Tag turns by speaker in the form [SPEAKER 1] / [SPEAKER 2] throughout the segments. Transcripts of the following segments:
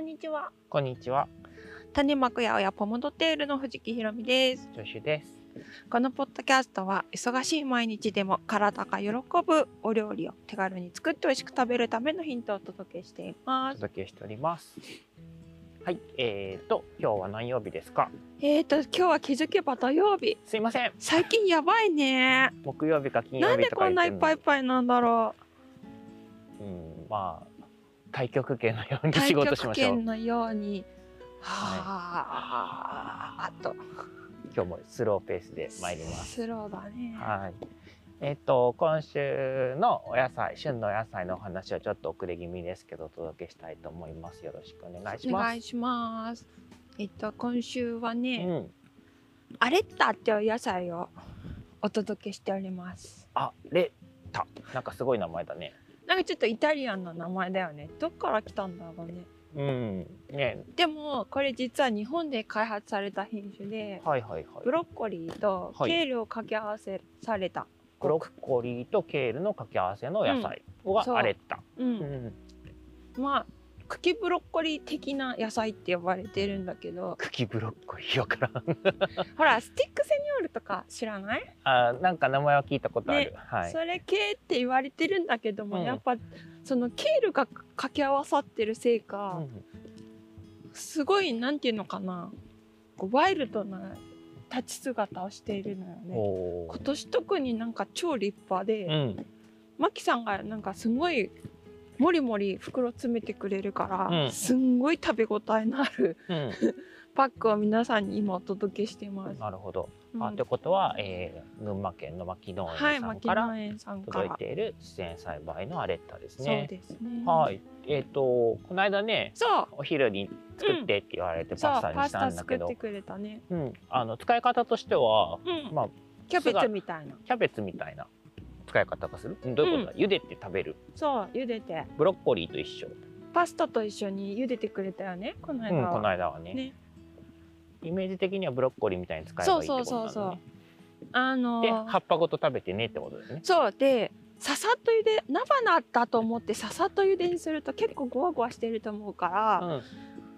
[SPEAKER 1] にちは。
[SPEAKER 2] こんにちは、
[SPEAKER 1] 種まくやおやポムドテールの藤木ひろみです。
[SPEAKER 2] ジョシュです。
[SPEAKER 1] このポッドキャストは忙しい毎日でも体が喜ぶお料理を手軽に作って美味しく食べるためのヒントをお届けしてい
[SPEAKER 2] お
[SPEAKER 1] ます。
[SPEAKER 2] 届けしております。はい、えーと、今日は何曜日ですか
[SPEAKER 1] えーと今日は気づけば土曜日。
[SPEAKER 2] すいません、
[SPEAKER 1] 最近やばいね。
[SPEAKER 2] 木曜日か金
[SPEAKER 1] な
[SPEAKER 2] 曜
[SPEAKER 1] ん
[SPEAKER 2] 日
[SPEAKER 1] で
[SPEAKER 2] とか
[SPEAKER 1] こん
[SPEAKER 2] 言っ
[SPEAKER 1] ないっぱい
[SPEAKER 2] てんの
[SPEAKER 1] いっぱいなんだろ
[SPEAKER 2] うん、まあ、太極拳のよう
[SPEAKER 1] う。
[SPEAKER 2] に仕事しましょう。
[SPEAKER 1] のように。はあ、あと
[SPEAKER 2] 今日もスローペースで参ります。
[SPEAKER 1] スローだね。
[SPEAKER 2] はい。えっと、今週のお野菜、旬のお野菜のお話はちょっと遅れ気味ですけど、お届けしたいと思います。よろしくお願いし
[SPEAKER 1] お
[SPEAKER 2] ま
[SPEAKER 1] 願
[SPEAKER 2] す。
[SPEAKER 1] いします。えっと今週はね、
[SPEAKER 2] うん、
[SPEAKER 1] アレッタっていう野菜をお届けしております。
[SPEAKER 2] あれた、なんかすごい名前だね。
[SPEAKER 1] なんかちょっとイタリアンの名前だよね。どっから来たんだろうね。
[SPEAKER 2] うん、ね、
[SPEAKER 1] でもこれ実は日本で開発された品種で、
[SPEAKER 2] はいはいはい
[SPEAKER 1] ブ。ロッコリーと
[SPEAKER 2] はい
[SPEAKER 1] ケールを掛け合わせされた。
[SPEAKER 2] ブロッコリーとケールの掛け合わせの野菜が
[SPEAKER 1] そう
[SPEAKER 2] アレッタ。
[SPEAKER 1] う。
[SPEAKER 2] うんん、
[SPEAKER 1] まあ茎ブロッコリー的な野菜って呼ばれてるんだけど、
[SPEAKER 2] 茎ブロッコリーわから ん。
[SPEAKER 1] ほらスティックセニョールとか知らない？
[SPEAKER 2] あ、なんか名前は聞いたことある。はい
[SPEAKER 1] そ。れ系って言われてるんだけども、
[SPEAKER 2] うん
[SPEAKER 1] やっぱそのケールが掛け合わさってるせいか、
[SPEAKER 2] うん
[SPEAKER 1] すごいなんていうのかなこうワイルドな立ち姿をしているのよね。
[SPEAKER 2] お
[SPEAKER 1] 今
[SPEAKER 2] ー
[SPEAKER 1] 年特になんか超立派で、
[SPEAKER 2] うん、
[SPEAKER 1] マキさんがなんかすごいもりもり袋詰めてくれるから、
[SPEAKER 2] うん
[SPEAKER 1] すんごい食べ応えのある
[SPEAKER 2] う
[SPEAKER 1] パックを皆さんに今お届けしていま
[SPEAKER 2] ん、
[SPEAKER 1] す。
[SPEAKER 2] なるほど。
[SPEAKER 1] うん
[SPEAKER 2] あ、ということは、えー、群馬県の牧農園
[SPEAKER 1] はい、
[SPEAKER 2] さ
[SPEAKER 1] マ
[SPEAKER 2] ん
[SPEAKER 1] キ
[SPEAKER 2] から
[SPEAKER 1] 農園さんか
[SPEAKER 2] 届い
[SPEAKER 1] ら。
[SPEAKER 2] ている自然栽培のアレッタです
[SPEAKER 1] そう
[SPEAKER 2] ね。
[SPEAKER 1] ですね。
[SPEAKER 2] はい、えっ、とこの間ね、
[SPEAKER 1] そう、
[SPEAKER 2] お昼に作ってって言われて
[SPEAKER 1] そ
[SPEAKER 2] パ
[SPEAKER 1] う、
[SPEAKER 2] スタに
[SPEAKER 1] パ
[SPEAKER 2] し
[SPEAKER 1] ス
[SPEAKER 2] た
[SPEAKER 1] タ
[SPEAKER 2] んだ
[SPEAKER 1] 作
[SPEAKER 2] け
[SPEAKER 1] っ
[SPEAKER 2] ど
[SPEAKER 1] て、くれたね。
[SPEAKER 2] うん、あの使い方としては、
[SPEAKER 1] うん、
[SPEAKER 2] まあ
[SPEAKER 1] キャベツみたいな。
[SPEAKER 2] キャベツみたいな使い方がする。うんどういうことだ？茹でて食べる。
[SPEAKER 1] そう、茹でて、
[SPEAKER 2] ブロッコリーと一緒。
[SPEAKER 1] パスタと一緒に茹でてくれたよね、この
[SPEAKER 2] うん、
[SPEAKER 1] 間は。
[SPEAKER 2] この間はね
[SPEAKER 1] ね
[SPEAKER 2] イメージ的にはブロッコリーみたいに使えばいい
[SPEAKER 1] そ
[SPEAKER 2] っ
[SPEAKER 1] う
[SPEAKER 2] てこ
[SPEAKER 1] そう
[SPEAKER 2] と
[SPEAKER 1] そ
[SPEAKER 2] な
[SPEAKER 1] うそうあの
[SPEAKER 2] のね。。で
[SPEAKER 1] ー
[SPEAKER 2] 葉っぱごと食べてねってことだよね。
[SPEAKER 1] そうで、ささっと茹で、菜花だと思って、ささっと茹でにすると、結構ゴワゴワしてると思うから。
[SPEAKER 2] う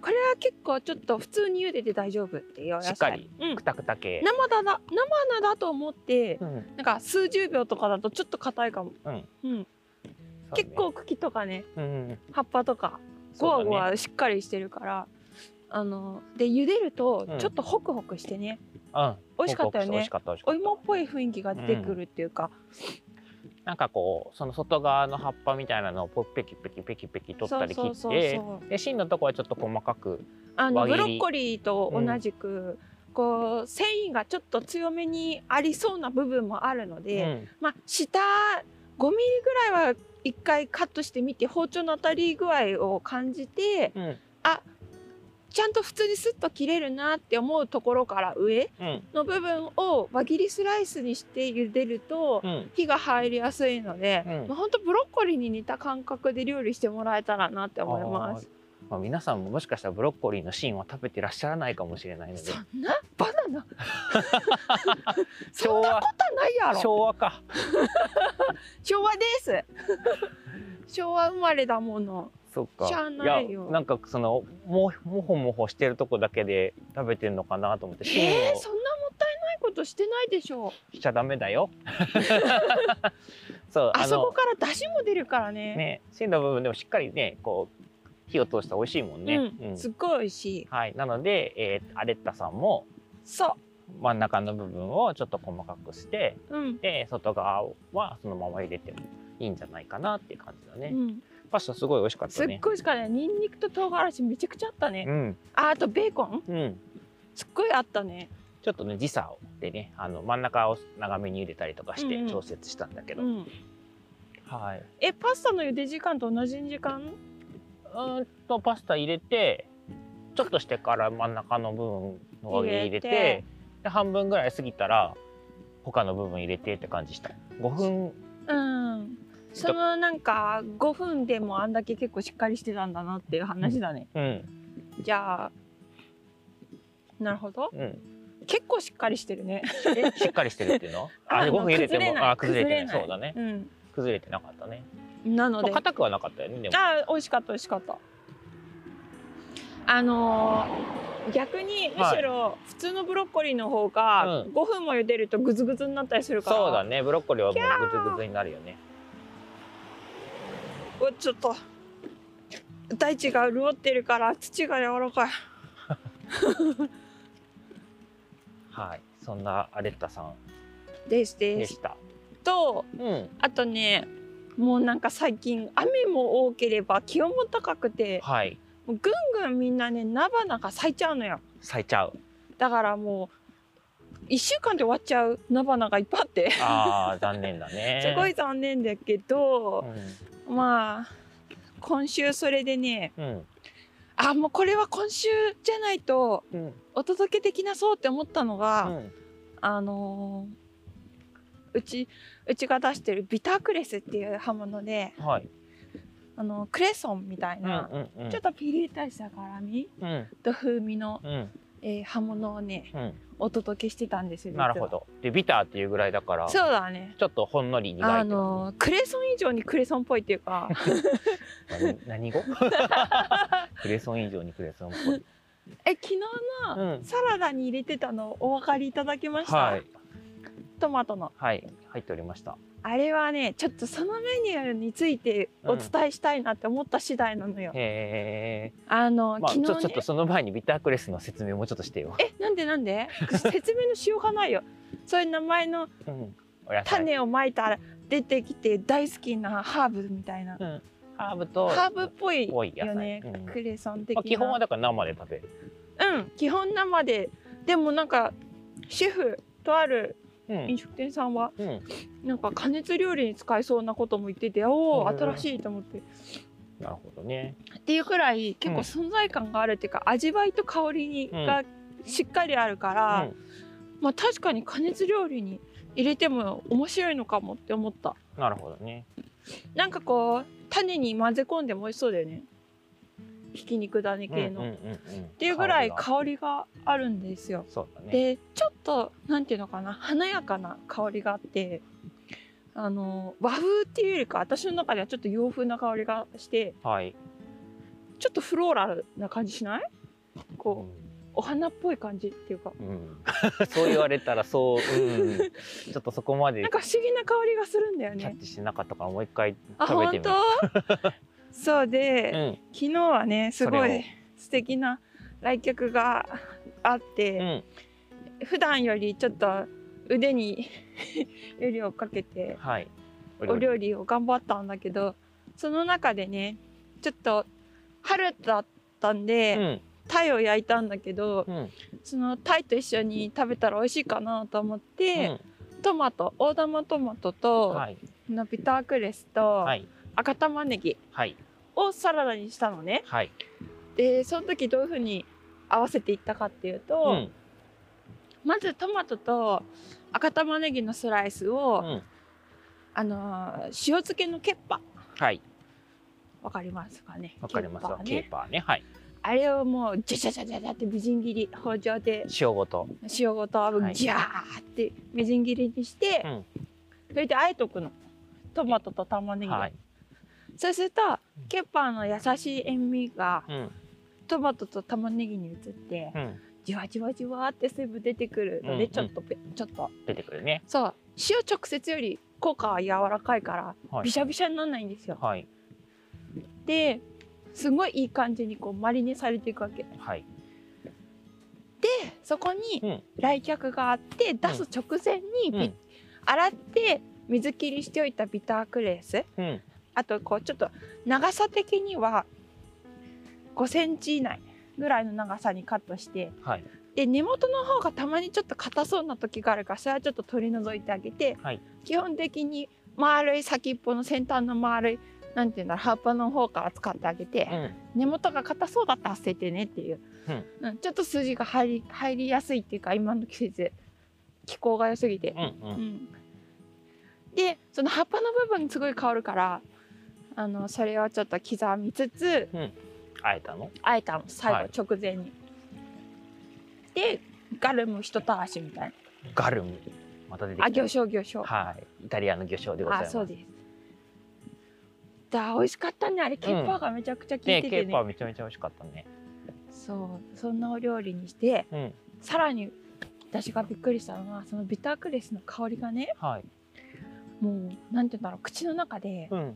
[SPEAKER 1] これは結構ちょっと普通に茹でて大丈夫っていうお野菜。
[SPEAKER 2] しっかり
[SPEAKER 1] うん
[SPEAKER 2] ん、く。たくた系。
[SPEAKER 1] 生だな生菜だと思って
[SPEAKER 2] うん、
[SPEAKER 1] なんか数十秒とかだとちょっと硬いかも、
[SPEAKER 2] うん
[SPEAKER 1] うん
[SPEAKER 2] そうね
[SPEAKER 1] 結構、茎とかね
[SPEAKER 2] うん、
[SPEAKER 1] 葉っぱとかゴワゴワしっかりしてるから、あので茹でると
[SPEAKER 2] うん
[SPEAKER 1] ちょっとホクホクしてね、
[SPEAKER 2] うん、
[SPEAKER 1] 美味しかったよね
[SPEAKER 2] 美味しかった、美味しか
[SPEAKER 1] お
[SPEAKER 2] っ
[SPEAKER 1] 芋っぽい雰囲気が出てくるっていうか、
[SPEAKER 2] た。なんかこう、その外側の葉っぱみたいなのをポペキペキペキペキ取ったり切って。
[SPEAKER 1] う
[SPEAKER 2] で芯のとこはちょっと細かく、
[SPEAKER 1] あの
[SPEAKER 2] 輪切
[SPEAKER 1] ブ
[SPEAKER 2] り
[SPEAKER 1] ロッコリーと同じく、こう繊維がちょっと強めにありそうな部分もあるの
[SPEAKER 2] う
[SPEAKER 1] で、
[SPEAKER 2] ん、
[SPEAKER 1] まあ下5ミリぐらいは一回カットしてみて包丁の当たり具合を感じて
[SPEAKER 2] うん、
[SPEAKER 1] ちゃんと普通にスッと切れるなって思うところから上
[SPEAKER 2] うん、
[SPEAKER 1] の部分を輪切りスライスにして茹でると、
[SPEAKER 2] うん、
[SPEAKER 1] 火が入りやすいので、
[SPEAKER 2] うん
[SPEAKER 1] まあ、本当ブロッコリーに似た感覚で料理してもらえたらなって思います。
[SPEAKER 2] まあ、皆さんももしかしたらブロッコリーの芯は食べてらっしゃらないかもしれないので
[SPEAKER 1] そ。んなバナナそ
[SPEAKER 2] 昭
[SPEAKER 1] んな
[SPEAKER 2] 和
[SPEAKER 1] こ、とないやろ昭
[SPEAKER 2] 昭和か。
[SPEAKER 1] 和です 昭和生まれだもの
[SPEAKER 2] そっか。
[SPEAKER 1] しゃあないよ
[SPEAKER 2] やなんかそのももほもほしてるとこだけで食べてるのかなと思って芯
[SPEAKER 1] えー、
[SPEAKER 2] を
[SPEAKER 1] そんなもったいないことしてないでしょう
[SPEAKER 2] しちゃダメだよ。そう
[SPEAKER 1] あそこから出汁も出るからね
[SPEAKER 2] ね芯の部分でもしっかりねこう火を通したら美味しいもんね。
[SPEAKER 1] うんすっごい美味しい
[SPEAKER 2] はい。なので、えーアレッタさんも
[SPEAKER 1] そ
[SPEAKER 2] 真ん中の部分をちょっと細かくして
[SPEAKER 1] ううん、
[SPEAKER 2] で外側はそのまま入れてもいいんじゃないかなっていう感じだ
[SPEAKER 1] う
[SPEAKER 2] ね。
[SPEAKER 1] ん、
[SPEAKER 2] パスタすごい美味しかっ
[SPEAKER 1] す
[SPEAKER 2] た
[SPEAKER 1] っ
[SPEAKER 2] ね。
[SPEAKER 1] ごいしかねニンニクと唐辛子めちゃくちゃあったね、
[SPEAKER 2] うん
[SPEAKER 1] ああとベーコン
[SPEAKER 2] うん。
[SPEAKER 1] すっごいあったね
[SPEAKER 2] ちょっとね時差をでねあの真ん中を長めに茹でたりとかし
[SPEAKER 1] う
[SPEAKER 2] て
[SPEAKER 1] んうん
[SPEAKER 2] 調節したんだけど、
[SPEAKER 1] うん
[SPEAKER 2] はい
[SPEAKER 1] えパスタの茹で時間と同じ時間
[SPEAKER 2] うーんとパスタ入れてちょっとしてから真ん中の部分の上入れて
[SPEAKER 1] 入れて
[SPEAKER 2] で半分ぐらい過ぎたら他の部分入れてって感じした5分
[SPEAKER 1] うんそのなんか5分でもあんだけ結構しっかりしてたんだなっていう話だね、
[SPEAKER 2] うん
[SPEAKER 1] じゃあなるほど
[SPEAKER 2] うん
[SPEAKER 1] 結構しっかりしてるね
[SPEAKER 2] えしっかりしてるっていうのあ
[SPEAKER 1] あ
[SPEAKER 2] で
[SPEAKER 1] の
[SPEAKER 2] 5分入れて
[SPEAKER 1] 崩れ
[SPEAKER 2] も
[SPEAKER 1] ない
[SPEAKER 2] あ崩れ
[SPEAKER 1] 崩れ
[SPEAKER 2] てない
[SPEAKER 1] ない
[SPEAKER 2] そうだね
[SPEAKER 1] うん
[SPEAKER 2] 崩れてなかったね
[SPEAKER 1] なの
[SPEAKER 2] ま
[SPEAKER 1] で、
[SPEAKER 2] あ硬くはなかったよねでも
[SPEAKER 1] ああ美味しかった美味しかったあのー逆にむしろ普通のブロッコリーの方が
[SPEAKER 2] うん
[SPEAKER 1] 5分も茹でるとグズグズになったりするから、
[SPEAKER 2] そうだねブロッコリーはもうグズグズになるよね
[SPEAKER 1] うわちょっと大地が潤ってるから土が柔らかい
[SPEAKER 2] はいそんなアレッタさん
[SPEAKER 1] ですで
[SPEAKER 2] ですした
[SPEAKER 1] と
[SPEAKER 2] うん
[SPEAKER 1] あとねもうなんか最近雨も多ければ気温も高くて
[SPEAKER 2] はい
[SPEAKER 1] もうぐんぐんみんなね菜花が咲いちゃうのよ
[SPEAKER 2] 咲いちゃう
[SPEAKER 1] だからもう1週間で終わっちゃう菜花がいっぱいあって、
[SPEAKER 2] あー残念だね
[SPEAKER 1] すごい残念だけど、
[SPEAKER 2] う
[SPEAKER 1] まあ今週それでね
[SPEAKER 2] んうん
[SPEAKER 1] あもうこれは今週じゃないと
[SPEAKER 2] うん
[SPEAKER 1] お届けできなそうって思ったのが、
[SPEAKER 2] うん
[SPEAKER 1] あのーうちうちが出してるビタークレスっていう刃物で、
[SPEAKER 2] はい
[SPEAKER 1] あのクレソンみたい
[SPEAKER 2] うん
[SPEAKER 1] な、
[SPEAKER 2] うんうん
[SPEAKER 1] ちょっとピリッとした辛み
[SPEAKER 2] うん
[SPEAKER 1] と風味の、
[SPEAKER 2] うん
[SPEAKER 1] えー刃物をね
[SPEAKER 2] う
[SPEAKER 1] お届けしてたんですよ
[SPEAKER 2] んなるほどでビターっていうぐらいだから
[SPEAKER 1] 実はそうだね
[SPEAKER 2] ちょっとほんのり苦いって感じ
[SPEAKER 1] あのークレソン以上にクレソンっぽいっていうか
[SPEAKER 2] 何何語クレソン以上にクレソンっぽい、
[SPEAKER 1] え昨日
[SPEAKER 2] う
[SPEAKER 1] の
[SPEAKER 2] ん、
[SPEAKER 1] サラダに入れてたのお分かりいただけました、
[SPEAKER 2] はい
[SPEAKER 1] トマトの
[SPEAKER 2] はい入っておりました
[SPEAKER 1] あれはねちょっとそのメニューについてお伝えしたいなって思った次第なのよ、
[SPEAKER 2] へえ、
[SPEAKER 1] あの、
[SPEAKER 2] まあ、ちょ
[SPEAKER 1] 昨
[SPEAKER 2] ち
[SPEAKER 1] 日
[SPEAKER 2] ょっ
[SPEAKER 1] ね
[SPEAKER 2] とその前にビタークレスの説明もちょっとしてよ、
[SPEAKER 1] えなんでなんで説明のしようがないよそういう名前の
[SPEAKER 2] うん、お野菜
[SPEAKER 1] 種をまいたら出てきて大好きなハーブみたいな、
[SPEAKER 2] うん、ハーブと
[SPEAKER 1] ハーブっぽい
[SPEAKER 2] 多い野
[SPEAKER 1] よ
[SPEAKER 2] 菜
[SPEAKER 1] ね、
[SPEAKER 2] うん
[SPEAKER 1] クレソン的
[SPEAKER 2] ま
[SPEAKER 1] な、
[SPEAKER 2] あ、基本はだから生で食べる、
[SPEAKER 1] うん基本生ででもなんかシェフとある
[SPEAKER 2] うん
[SPEAKER 1] 飲食店さんは
[SPEAKER 2] うん、
[SPEAKER 1] なんか加熱料理に使えそうなことも言ってておお
[SPEAKER 2] うん
[SPEAKER 1] 新しいと思って
[SPEAKER 2] なるほどね
[SPEAKER 1] っていうくらい結構
[SPEAKER 2] うん
[SPEAKER 1] 存在感があるっていうか、味わいと香りに、
[SPEAKER 2] うん
[SPEAKER 1] がしっかりあるか
[SPEAKER 2] う
[SPEAKER 1] ら、
[SPEAKER 2] ん、
[SPEAKER 1] まあ確かに加熱料理に入れても面白いのかもって思った
[SPEAKER 2] なるほどね
[SPEAKER 1] なんかこう種に混ぜ込んでも美味しそうだよねひき肉だね系の、
[SPEAKER 2] うん
[SPEAKER 1] っ
[SPEAKER 2] うんうんうん、って
[SPEAKER 1] いうぐらい香りがあるんですよ
[SPEAKER 2] そうだね
[SPEAKER 1] でちょっとなんていうのかな華やかな香りがあってあの和風っていうよりか私の中ではちょっと洋風な香りがして
[SPEAKER 2] はい、
[SPEAKER 1] ちょっとフローラルな感じしないこう
[SPEAKER 2] う
[SPEAKER 1] お花っぽい感じっていうか
[SPEAKER 2] んうん、そう言われたらそう、 うん、ちょっとそこま
[SPEAKER 1] な
[SPEAKER 2] で
[SPEAKER 1] んか不思議な香りがするんだよ
[SPEAKER 2] キャ
[SPEAKER 1] ね
[SPEAKER 2] ッチしなかったからもう一回
[SPEAKER 1] あ
[SPEAKER 2] 食べて
[SPEAKER 1] 本
[SPEAKER 2] み
[SPEAKER 1] 当
[SPEAKER 2] る
[SPEAKER 1] そうで、
[SPEAKER 2] うん
[SPEAKER 1] 昨日はねすご
[SPEAKER 2] それを
[SPEAKER 1] い素敵な来客があって、
[SPEAKER 2] うん
[SPEAKER 1] 普段よりちょっと腕に よりをかけて
[SPEAKER 2] はい。
[SPEAKER 1] お料理を頑張ったんだけどその中でねちょっと春だったんで、
[SPEAKER 2] うん
[SPEAKER 1] 鯛を焼いたんだけど
[SPEAKER 2] うん
[SPEAKER 1] その鯛と一緒に食べたら美味しいかなと思って、トマト大玉トマト
[SPEAKER 2] うん
[SPEAKER 1] と、
[SPEAKER 2] はい
[SPEAKER 1] のビタークレスと
[SPEAKER 2] はい
[SPEAKER 1] 赤玉ねぎ
[SPEAKER 2] はい
[SPEAKER 1] をサラダにしたのね。
[SPEAKER 2] はい。
[SPEAKER 1] でその時どういう風に合わせていったかっていうと、
[SPEAKER 2] うん
[SPEAKER 1] まずトマトと赤玉ねぎのスライス
[SPEAKER 2] う
[SPEAKER 1] を、
[SPEAKER 2] ん
[SPEAKER 1] あのー塩漬けのケッパ
[SPEAKER 2] はい
[SPEAKER 1] わかりますかね
[SPEAKER 2] わかりま
[SPEAKER 1] ケ
[SPEAKER 2] す
[SPEAKER 1] ッ
[SPEAKER 2] わ
[SPEAKER 1] パ
[SPEAKER 2] ケー
[SPEAKER 1] ね
[SPEAKER 2] パーねはい
[SPEAKER 1] あれをもうジャジャジャジャジャってみじん切り包丁で
[SPEAKER 2] 塩ごと
[SPEAKER 1] 塩ごと
[SPEAKER 2] はい
[SPEAKER 1] ジャーってみじん切りにして、
[SPEAKER 2] うん
[SPEAKER 1] それであえとくのトマトと玉ねぎを、
[SPEAKER 2] はい
[SPEAKER 1] そうするとケッパーの優しい塩味が
[SPEAKER 2] うん
[SPEAKER 1] トマトと玉ねぎに移って
[SPEAKER 2] うん
[SPEAKER 1] じわじわじわって水分出てくるので、
[SPEAKER 2] うん
[SPEAKER 1] ちょっとぺちょっと
[SPEAKER 2] 出てくるね
[SPEAKER 1] そう塩直接より効果は柔らかいから
[SPEAKER 2] はい
[SPEAKER 1] びしゃびしゃにならないんですよ。
[SPEAKER 2] はい
[SPEAKER 1] ですごいいい感じにこうマリネされていくわけ
[SPEAKER 2] はい
[SPEAKER 1] そこ
[SPEAKER 2] う
[SPEAKER 1] に
[SPEAKER 2] ん
[SPEAKER 1] 来客があって出す直前に
[SPEAKER 2] う
[SPEAKER 1] び、
[SPEAKER 2] ん
[SPEAKER 1] 洗って水切りしておいたビタークレース
[SPEAKER 2] うん
[SPEAKER 1] あとこうちょっと長さ的には5センチ以内ぐらいの長さにカットして
[SPEAKER 2] はい
[SPEAKER 1] で根元の方がたまにちょっと硬そうな時があるからそれはちょっと取り除いてあげて、
[SPEAKER 2] はい
[SPEAKER 1] 基本的に丸い先っぽの先端の丸いなんていうんだろう葉っぱの方から使ってあげて
[SPEAKER 2] う、ん
[SPEAKER 1] 根元が硬そうだったら捨ててねっていう、うんちょっと筋が入り入りやすいっていうか今の季節気候が良すぎて、
[SPEAKER 2] うんう
[SPEAKER 1] うんんでその葉っぱの部分すごい香るからあのそれをちょっと刻みつつ
[SPEAKER 2] あえたの
[SPEAKER 1] あえたの最
[SPEAKER 2] はい
[SPEAKER 1] 後直前に、でガルム一たらしみたい
[SPEAKER 2] ガルムまた出て
[SPEAKER 1] なあ
[SPEAKER 2] き
[SPEAKER 1] 魚醤魚醤
[SPEAKER 2] たはいイタリアの魚醤でござい
[SPEAKER 1] あ
[SPEAKER 2] ます
[SPEAKER 1] そうですだ美味しかったねあれケッパーがめちゃくちゃ効い
[SPEAKER 2] ね
[SPEAKER 1] て
[SPEAKER 2] ケ
[SPEAKER 1] て
[SPEAKER 2] ーパー
[SPEAKER 1] ね、
[SPEAKER 2] めちゃめちゃ美味しかったね
[SPEAKER 1] そうそんなお料理にして
[SPEAKER 2] うん、
[SPEAKER 1] さらに私がびっくりしたのはそのビタークレスの香りがね
[SPEAKER 2] はい、
[SPEAKER 1] もうなんて言うんだろう口の中で
[SPEAKER 2] うん、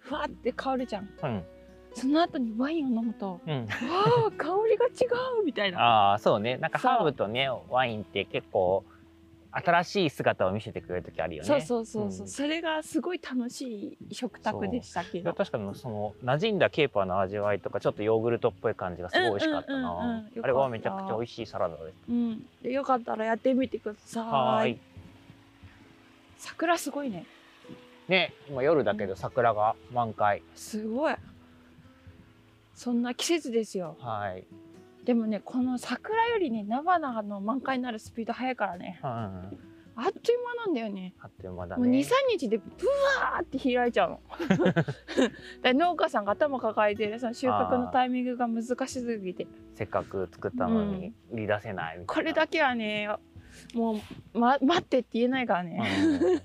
[SPEAKER 1] ふわって香るじゃん
[SPEAKER 2] うん、
[SPEAKER 1] その後にワインを飲むと
[SPEAKER 2] うん、
[SPEAKER 1] 「わあ香りが違う!」みたいな
[SPEAKER 2] ああ、そうね、なんか
[SPEAKER 1] そう
[SPEAKER 2] ハーブとね、ワインって結構。新しい姿を見せてくれる時あるよね。
[SPEAKER 1] そうそうそうそう、
[SPEAKER 2] うん
[SPEAKER 1] それがすごい楽しい食卓でしたけ
[SPEAKER 2] いや
[SPEAKER 1] ど
[SPEAKER 2] 確かにその馴染んだケーパーの味わいとかちょっとヨーグルトっぽい感じがすごい美味しかったな、
[SPEAKER 1] うんうんうんうんよかった
[SPEAKER 2] あれはめちゃくちゃ美味しいサラダです
[SPEAKER 1] うん、でよかったらやってみてください
[SPEAKER 2] はーい
[SPEAKER 1] 桜すごいね
[SPEAKER 2] ね今夜だけど桜が満開
[SPEAKER 1] すごいそんな季節ですよ
[SPEAKER 2] はい、
[SPEAKER 1] でもねこの桜よりね菜花の満開になるスピード速いからね
[SPEAKER 2] うん、あ
[SPEAKER 1] あっという間なんだよね
[SPEAKER 2] っという間だ
[SPEAKER 1] もう23
[SPEAKER 2] ね
[SPEAKER 1] 日でブワーって開いちゃうのだ から農家さんが頭抱えてるその収穫のタイミングが難しすぎて
[SPEAKER 2] せっかく作ったのに売り出せないみた
[SPEAKER 1] こ
[SPEAKER 2] い
[SPEAKER 1] れ
[SPEAKER 2] な、
[SPEAKER 1] だけはねもう、ま、待ってって言えないからね、
[SPEAKER 2] うん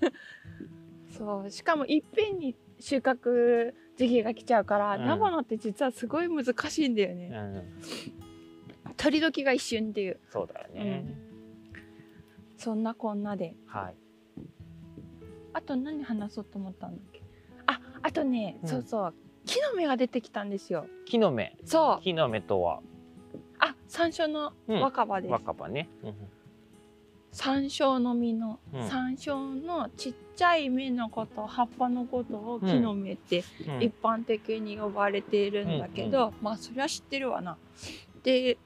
[SPEAKER 1] そうしかもいっぺんに収穫時期が来ちゃうから、
[SPEAKER 2] うん
[SPEAKER 1] 菜花って実はすごい難しいんだよね、
[SPEAKER 2] うん、
[SPEAKER 1] 取り時が一瞬っていう
[SPEAKER 2] そうだよね、
[SPEAKER 1] そんなこんなで
[SPEAKER 2] はい
[SPEAKER 1] あと何話そうと思ったんだっけああとね、
[SPEAKER 2] うん
[SPEAKER 1] そうそう木の芽が出てきたんですよ
[SPEAKER 2] 木の芽
[SPEAKER 1] そう
[SPEAKER 2] 木の芽とは
[SPEAKER 1] あ、山椒の若葉です。
[SPEAKER 2] 若葉ね、うん
[SPEAKER 1] 山椒の実の、
[SPEAKER 2] うん
[SPEAKER 1] 山椒のちっちゃい芽のこと、葉っぱのことを
[SPEAKER 2] うん
[SPEAKER 1] 木の芽って
[SPEAKER 2] うん
[SPEAKER 1] 一般的に呼ばれているんだけど、まあそりゃ知ってるわな。で、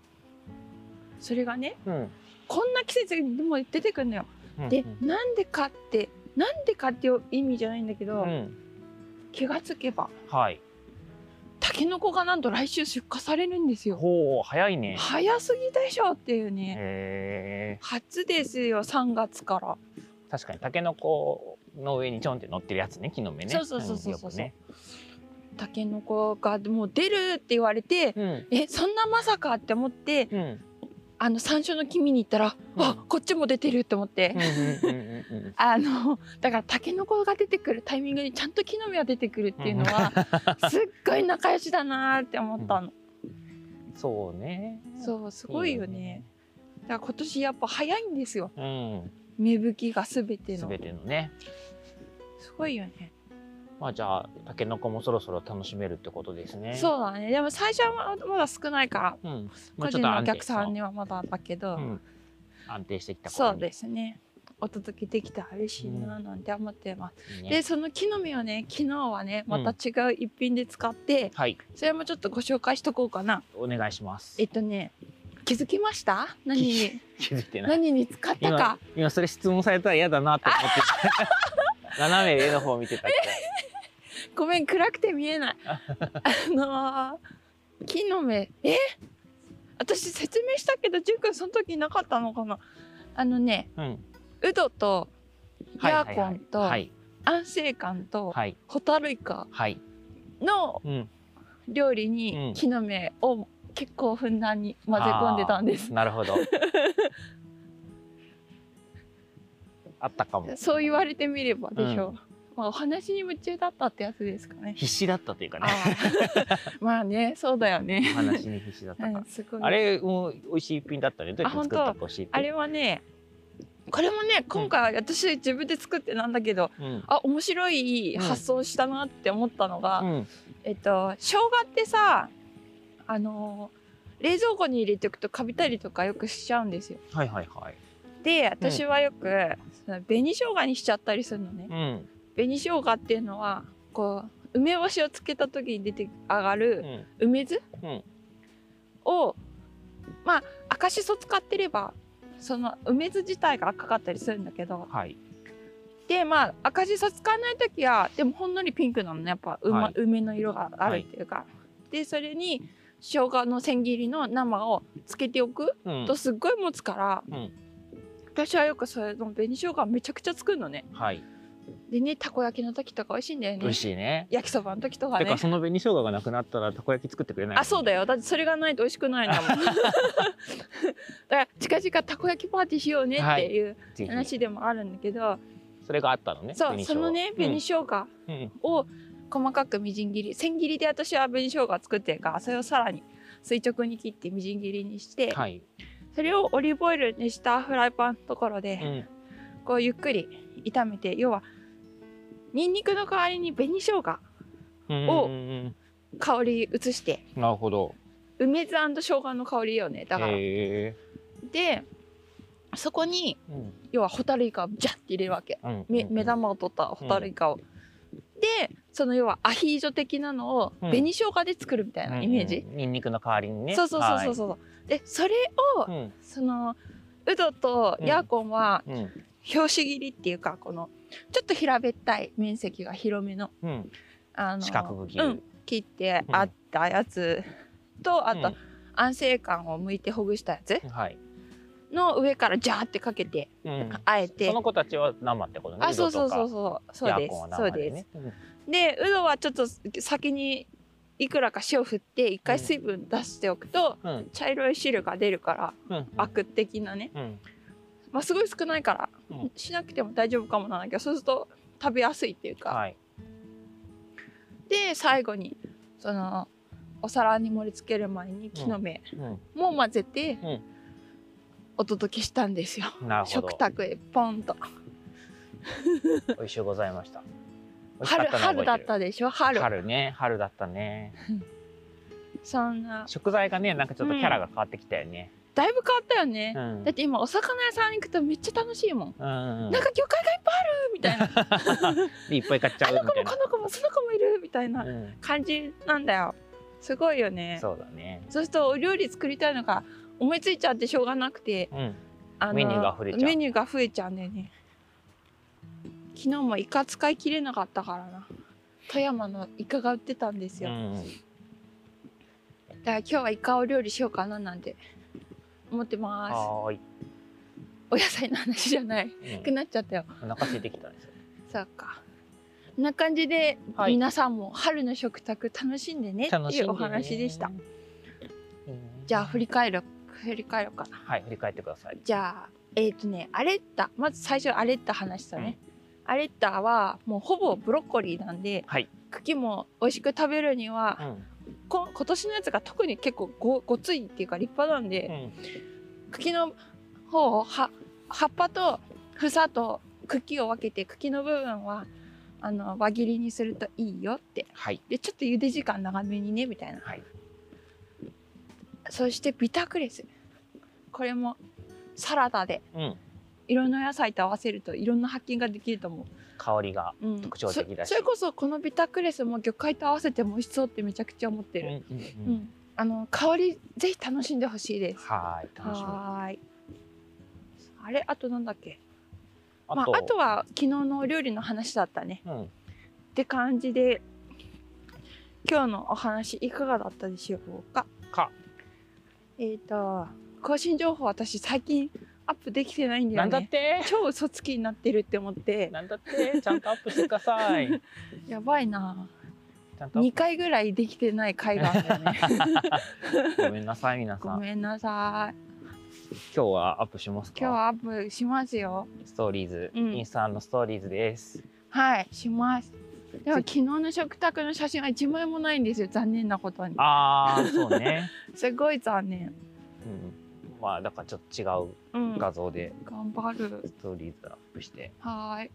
[SPEAKER 1] それがね、
[SPEAKER 2] うん
[SPEAKER 1] こんな季節にも出てくるのよ。
[SPEAKER 2] うん
[SPEAKER 1] で、なんでかって、なんでかっていう意味じゃないんだけ
[SPEAKER 2] う
[SPEAKER 1] ど、
[SPEAKER 2] ん、
[SPEAKER 1] 気がつけば
[SPEAKER 2] はい
[SPEAKER 1] タケノコがなんと来週出荷されるんですよ。
[SPEAKER 2] ほう早いね
[SPEAKER 1] 早すぎでしょっていうね。
[SPEAKER 2] へえ
[SPEAKER 1] 初ですよ3月から。
[SPEAKER 2] 確かにタケノコの上にちょんって乗ってるやつね木の芽ね
[SPEAKER 1] そうそうそうそうそう
[SPEAKER 2] うんよ
[SPEAKER 1] タケノコがもう出るって言われて
[SPEAKER 2] くね
[SPEAKER 1] えそんなまさかって思って
[SPEAKER 2] うんうん
[SPEAKER 1] あの山椒の木見に行ったら、
[SPEAKER 2] うん
[SPEAKER 1] あこっちも出てるって思って、
[SPEAKER 2] うんうんうんうん
[SPEAKER 1] あのだからタケノコが出てくるタイミングにちゃんと木の実が出てくるっていうの は、すっごい仲良しだなーって思ったの、
[SPEAKER 2] そうね
[SPEAKER 1] そうすごいよねだから今年やっぱ早いんですよ
[SPEAKER 2] いいよね
[SPEAKER 1] 芽吹きが全て
[SPEAKER 2] うんす
[SPEAKER 1] の
[SPEAKER 2] べてのね
[SPEAKER 1] すごいよね
[SPEAKER 2] まあじゃあタケノコもそろそろ楽しめるってことですね
[SPEAKER 1] そうだねでも最初はまだ少ないから
[SPEAKER 2] う、ん、も
[SPEAKER 1] 個
[SPEAKER 2] うち
[SPEAKER 1] 人
[SPEAKER 2] ょっと
[SPEAKER 1] のお
[SPEAKER 2] 安定
[SPEAKER 1] 客さんにはまだだけど、
[SPEAKER 2] そううん安定してきた頃
[SPEAKER 1] そう
[SPEAKER 2] に
[SPEAKER 1] ですね。お届けできたら嬉しいななんて思ってます。
[SPEAKER 2] いいね
[SPEAKER 1] で、その木の実をね、昨日はね、ま
[SPEAKER 2] うん
[SPEAKER 1] た違う一品で使って、
[SPEAKER 2] はい
[SPEAKER 1] それもちょっとご紹介しとこうかな。
[SPEAKER 2] お願いします
[SPEAKER 1] えっとね、気づきました何に、
[SPEAKER 2] 気づいてない
[SPEAKER 1] 何に使ったか。
[SPEAKER 2] 今それ質問されたら嫌だなと思ってた 斜め上の方見てたけ
[SPEAKER 1] ごめん、暗くて見え ない。あのー、木の実、え私説明したけど、じゅんくんその時なかったのかなあのね、
[SPEAKER 2] ど、うん、
[SPEAKER 1] ウドと、
[SPEAKER 2] はい
[SPEAKER 1] ヤ
[SPEAKER 2] はいは
[SPEAKER 1] ーコ
[SPEAKER 2] い
[SPEAKER 1] ンと、
[SPEAKER 2] はい
[SPEAKER 1] 安生感と、
[SPEAKER 2] はい
[SPEAKER 1] ホタルイカ
[SPEAKER 2] はい
[SPEAKER 1] の
[SPEAKER 2] うん
[SPEAKER 1] 料理
[SPEAKER 2] う
[SPEAKER 1] に
[SPEAKER 2] ん
[SPEAKER 1] 木の芽を結構ふんだんに混ぜ込んでたんです。
[SPEAKER 2] あーなる ほど。あったかも。
[SPEAKER 1] そう言われてみればでしょう。
[SPEAKER 2] うん
[SPEAKER 1] まあお話に夢中だったってやつですかね。
[SPEAKER 2] 必死だったというか
[SPEAKER 1] あ
[SPEAKER 2] ね。
[SPEAKER 1] ー まあね、そうだよね。
[SPEAKER 2] お話に必死だった
[SPEAKER 1] う
[SPEAKER 2] か
[SPEAKER 1] ん
[SPEAKER 2] ら。
[SPEAKER 1] すごい。
[SPEAKER 2] あれも美味しい一品だったね。どうやって作ったか教えて。
[SPEAKER 1] あれはね、これもね、今回私自分で作ってなんだけど、
[SPEAKER 2] うん。
[SPEAKER 1] あ面白い発想したなって思ったのが、
[SPEAKER 2] うん。
[SPEAKER 1] えっと生姜ってさ、あの冷蔵庫に入れておくとカビたりとかよくしちゃうんですよ。
[SPEAKER 2] はいはいはい。
[SPEAKER 1] で私はよく、その紅生姜にしちゃったりするのね
[SPEAKER 2] うん。
[SPEAKER 1] 紅生姜っていうのはこう梅干しをつけた時に出て上が
[SPEAKER 2] う
[SPEAKER 1] る
[SPEAKER 2] ん。
[SPEAKER 1] 梅酢、
[SPEAKER 2] うん
[SPEAKER 1] をまあ赤しそ使ってればその梅酢自体が赤かったりするんだけど
[SPEAKER 2] はい。
[SPEAKER 1] でまあ赤しそ使わない時はでもほんのりピンクなのねやっぱ、うま
[SPEAKER 2] はい
[SPEAKER 1] 梅の色があるっていうか、でそれに生姜の千切りの生をつけておく
[SPEAKER 2] うん
[SPEAKER 1] と。すっごい持つから、
[SPEAKER 2] うん
[SPEAKER 1] 私はよくそれの紅生姜めちゃくちゃ作るのね
[SPEAKER 2] はい。
[SPEAKER 1] でねたこ焼きの時とか美味しいんだよ
[SPEAKER 2] 美
[SPEAKER 1] ね
[SPEAKER 2] 味しいね。
[SPEAKER 1] 焼きそばの時とか
[SPEAKER 2] て
[SPEAKER 1] ね
[SPEAKER 2] かその紅生姜がなくなったらたこ焼き作ってくれない。
[SPEAKER 1] あそうだよだってそれがないと美味しくないんだもんだ から近々たこ焼きパーティーしようねっていう
[SPEAKER 2] ぜひ。
[SPEAKER 1] 話でもあるんだけど、
[SPEAKER 2] それがあったのね。
[SPEAKER 1] そう
[SPEAKER 2] 紅
[SPEAKER 1] そ
[SPEAKER 2] 生姜
[SPEAKER 1] のね紅生姜
[SPEAKER 2] うんうん
[SPEAKER 1] を細かくみじん切り千切りで私は紅生姜作ってるからそれをさらに垂直に切ってみじん切りにして、
[SPEAKER 2] はい。
[SPEAKER 1] それをオリーブオイルにしたフライパンのところで、
[SPEAKER 2] ん。
[SPEAKER 1] こうゆっくり炒めて要はニンニクの代わりに紅生姜を
[SPEAKER 2] うんうんうん
[SPEAKER 1] 香り移して
[SPEAKER 2] なるほど。
[SPEAKER 1] 梅酢生姜の香りよねだから、
[SPEAKER 2] へえ。
[SPEAKER 1] でそこに
[SPEAKER 2] うん
[SPEAKER 1] 要はホタルイカをジャッて入れるわけ
[SPEAKER 2] うん
[SPEAKER 1] め目。玉を取ったホタルイカを、でその要はアヒージョ的なのを
[SPEAKER 2] うん
[SPEAKER 1] 紅生姜で作るみたいなイメージ、
[SPEAKER 2] うんうんニンニクの代わりにね。
[SPEAKER 1] そうそうそうそうそう、でそれを
[SPEAKER 2] はい。
[SPEAKER 1] そのウドとヤーコンは
[SPEAKER 2] うんうん
[SPEAKER 1] 拍子切りっていうかこのちょっと平べったい面積が広めの
[SPEAKER 2] うん。
[SPEAKER 1] あの
[SPEAKER 2] 四角く切
[SPEAKER 1] うん
[SPEAKER 2] る。
[SPEAKER 1] 切って
[SPEAKER 2] うん
[SPEAKER 1] あったやつとあと、
[SPEAKER 2] うん
[SPEAKER 1] 安静感を剥いてほぐしたやつ
[SPEAKER 2] はい。
[SPEAKER 1] の上からジャーってかけて
[SPEAKER 2] うん
[SPEAKER 1] あえて、
[SPEAKER 2] その子たちは生ってことね。
[SPEAKER 1] あそうそうそう
[SPEAKER 2] う。
[SPEAKER 1] そうそう
[SPEAKER 2] ヤ
[SPEAKER 1] です
[SPEAKER 2] ーコンは
[SPEAKER 1] そう
[SPEAKER 2] 生
[SPEAKER 1] で
[SPEAKER 2] ですね。うん
[SPEAKER 1] でウドはちょっと先にいくらか塩振って一回水分出しておくと、
[SPEAKER 2] うん
[SPEAKER 1] 茶色い汁が出るから
[SPEAKER 2] うん。
[SPEAKER 1] アク的なね、
[SPEAKER 2] うん。
[SPEAKER 1] まあ、すごい少ないから、
[SPEAKER 2] うん
[SPEAKER 1] しなくても大丈夫かもなんだけどそうすると食べやすいっていうか、
[SPEAKER 2] はい。
[SPEAKER 1] で最後にそのお皿に盛り付ける前に木の芽
[SPEAKER 2] う
[SPEAKER 1] も混ぜて、
[SPEAKER 2] うん
[SPEAKER 1] お届けしたんですよ
[SPEAKER 2] ん。なるほど
[SPEAKER 1] 食。卓へポンと
[SPEAKER 2] 美味しゅうございました。美味しか
[SPEAKER 1] 春
[SPEAKER 2] たの
[SPEAKER 1] 春だ
[SPEAKER 2] 覚
[SPEAKER 1] っ
[SPEAKER 2] えてる
[SPEAKER 1] たでしょ春
[SPEAKER 2] 春ね春だったね
[SPEAKER 1] そんな
[SPEAKER 2] 食材がねなんかちょっとキャラが変わってきたよね、
[SPEAKER 1] だいぶ変わったよね、
[SPEAKER 2] うん
[SPEAKER 1] だって今お魚屋さんに行くとめっちゃ楽しいもん、
[SPEAKER 2] うんうん
[SPEAKER 1] なんか魚介がいっぱいあるみたい な
[SPEAKER 2] でいっぱい買っちゃ
[SPEAKER 1] あ
[SPEAKER 2] うみ
[SPEAKER 1] の子
[SPEAKER 2] たい
[SPEAKER 1] も
[SPEAKER 2] な
[SPEAKER 1] この子もその子もいるみたいな
[SPEAKER 2] うん
[SPEAKER 1] 感じなんだよすごいよね
[SPEAKER 2] そうだね
[SPEAKER 1] そうするとお料理作りたいのが思いついちゃってしょうがなくて
[SPEAKER 2] うん
[SPEAKER 1] あの
[SPEAKER 2] メニューが溢れちゃう
[SPEAKER 1] メニューが増えちゃうんだよね昨日もイカ使い切れなかったからな富山のイカが売ってたんです
[SPEAKER 2] う
[SPEAKER 1] よ、
[SPEAKER 2] んうん
[SPEAKER 1] だから今日はイカを料理しようかななんて思ってます
[SPEAKER 2] はーい、
[SPEAKER 1] お野菜の話じゃないなく
[SPEAKER 2] うん
[SPEAKER 1] なっちゃったよ
[SPEAKER 2] お腹空いてきたんですよ
[SPEAKER 1] そうか。こんな感じで、
[SPEAKER 2] はい
[SPEAKER 1] 皆さんも春の食卓楽しんでねっていうお話でした。じゃあ振り返る振り返ろうかな。
[SPEAKER 2] はい振り返ってください
[SPEAKER 1] じゃあえっ、とねアレッタまず最初アレッタ話したね。アレッタはもうほぼブロッコリーなんで、
[SPEAKER 2] はい
[SPEAKER 1] 茎も美味しく食べるに
[SPEAKER 2] う
[SPEAKER 1] は、
[SPEAKER 2] ん
[SPEAKER 1] こ今年のやつが特に結構ごごついっていうか立派なん
[SPEAKER 2] う
[SPEAKER 1] で、
[SPEAKER 2] ん
[SPEAKER 1] 茎の方をは葉っぱと房と茎を分けて茎の部分はあの輪切りにするといいよって
[SPEAKER 2] はい
[SPEAKER 1] でちょっと茹で時間長めにねみたいな
[SPEAKER 2] はい
[SPEAKER 1] そしてビタクレスこれもサラダで
[SPEAKER 2] うん
[SPEAKER 1] いろんな野菜と合わせるといろんな発見ができると思
[SPEAKER 2] 香りが
[SPEAKER 1] う、うん、
[SPEAKER 2] 特徴的だし
[SPEAKER 1] そそれこそこのビタクレスも魚介と合わせても美味しそうってめちゃくちゃ思って
[SPEAKER 2] うん
[SPEAKER 1] る、
[SPEAKER 2] うん
[SPEAKER 1] うん
[SPEAKER 2] うん
[SPEAKER 1] あの香りぜひ楽しんでほしいです
[SPEAKER 2] はーい楽しみ
[SPEAKER 1] はーいあれあとなんだっけ
[SPEAKER 2] あ
[SPEAKER 1] まあ、あとは昨日のお料理の話だったね
[SPEAKER 2] うん
[SPEAKER 1] って感じで今日のお話いかがだったでしょうか
[SPEAKER 2] か
[SPEAKER 1] えっ、と更新情報私最近アップできてないんだ
[SPEAKER 2] な
[SPEAKER 1] よ
[SPEAKER 2] んだっ
[SPEAKER 1] ね
[SPEAKER 2] て
[SPEAKER 1] 超嘘つきになってるって思 って
[SPEAKER 2] なんだってちゃんとアップしてくださ い
[SPEAKER 1] やばいな
[SPEAKER 2] ちゃんとアッ
[SPEAKER 1] 2
[SPEAKER 2] プ
[SPEAKER 1] 回ぐらいできてない回があるよ ね
[SPEAKER 2] ごめんなさい皆さ
[SPEAKER 1] ご
[SPEAKER 2] ん
[SPEAKER 1] めんなさい
[SPEAKER 2] 今日はアップしますか
[SPEAKER 1] 今日はアップしますよ
[SPEAKER 2] ストーリーズ、
[SPEAKER 1] うん
[SPEAKER 2] インスタのストーリーズです
[SPEAKER 1] はいしますでも昨日の食卓の写真は1枚もないんですよ残念なことに
[SPEAKER 2] ああそうね、
[SPEAKER 1] すごい残念
[SPEAKER 2] うん、まあだからちょっと違
[SPEAKER 1] う
[SPEAKER 2] うん画像で
[SPEAKER 1] 頑張る
[SPEAKER 2] ストーリーズアップして
[SPEAKER 1] はーい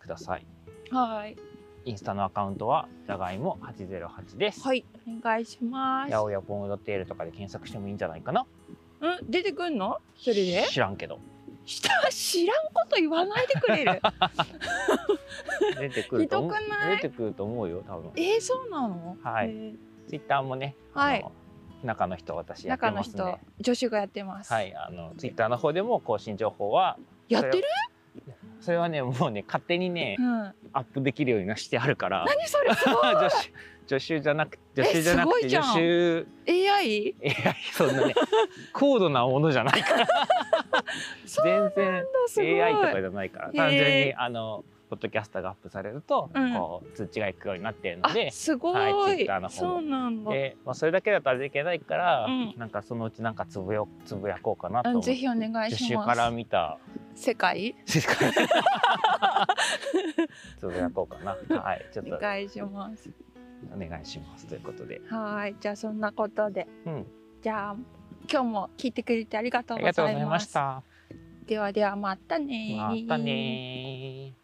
[SPEAKER 2] ください
[SPEAKER 1] はーい
[SPEAKER 2] インスタのアカウントはじゃがいも808です、
[SPEAKER 1] はい、お願いしま
[SPEAKER 2] やおやポンドテールとかで検索してもいいんじゃないかな
[SPEAKER 1] うん、出てくんの？それで？
[SPEAKER 2] 知らんけど
[SPEAKER 1] した知らんこと言わないでくれる。
[SPEAKER 2] 出てくると思 う
[SPEAKER 1] ひどくない
[SPEAKER 2] 出てくると思うよ多分
[SPEAKER 1] えー、そうなの？
[SPEAKER 2] はい
[SPEAKER 1] え
[SPEAKER 2] ツイッターもね、
[SPEAKER 1] ーは
[SPEAKER 2] あ
[SPEAKER 1] い。
[SPEAKER 2] の中の人私やって
[SPEAKER 1] 中の
[SPEAKER 2] ますね
[SPEAKER 1] 人、女子がやってます。
[SPEAKER 2] はいあのツイッターの方でも更新情報は
[SPEAKER 1] やってる？
[SPEAKER 2] それはねもうね勝手にね
[SPEAKER 1] うん。
[SPEAKER 2] アップできるようになしてあるから
[SPEAKER 1] 何それすごい
[SPEAKER 2] 助手助手じゃなく助手じゃなく
[SPEAKER 1] えすごい
[SPEAKER 2] て
[SPEAKER 1] じゃん
[SPEAKER 2] 助手
[SPEAKER 1] AI？
[SPEAKER 2] いやそんな ね高度なものじゃないから
[SPEAKER 1] そう
[SPEAKER 2] 全然
[SPEAKER 1] あすごい。
[SPEAKER 2] AI とかじゃないから
[SPEAKER 1] へー
[SPEAKER 2] 単純にあのポッドキャスターがアップされると、
[SPEAKER 1] うん
[SPEAKER 2] こう通知がいくようになってるの
[SPEAKER 1] あ
[SPEAKER 2] で、
[SPEAKER 1] すご
[SPEAKER 2] はい
[SPEAKER 1] い
[SPEAKER 2] Twitter の。方も
[SPEAKER 1] そうなんだ。
[SPEAKER 2] でまあ、それだけだと味気ないから、
[SPEAKER 1] うん
[SPEAKER 2] なんかそのうちなんかつぶよつぶやこうかなと
[SPEAKER 1] う
[SPEAKER 2] 思
[SPEAKER 1] ん、
[SPEAKER 2] って
[SPEAKER 1] ぜひお願い
[SPEAKER 2] 助
[SPEAKER 1] し
[SPEAKER 2] 手
[SPEAKER 1] ま
[SPEAKER 2] から
[SPEAKER 1] す。
[SPEAKER 2] 見た
[SPEAKER 1] 世界？
[SPEAKER 2] 世界 つぶやこうかなはいちょっ
[SPEAKER 1] お
[SPEAKER 2] と
[SPEAKER 1] 願いします。
[SPEAKER 2] お願いしますということで
[SPEAKER 1] はーい、じゃあそんなことで、
[SPEAKER 2] うん
[SPEAKER 1] じゃあ今日も聞いてくれてありがとう
[SPEAKER 2] あり
[SPEAKER 1] ご
[SPEAKER 2] がとう
[SPEAKER 1] ざ
[SPEAKER 2] ござ
[SPEAKER 1] い
[SPEAKER 2] いま
[SPEAKER 1] ま
[SPEAKER 2] し
[SPEAKER 1] す。
[SPEAKER 2] た。
[SPEAKER 1] ではではまたね
[SPEAKER 2] またねー。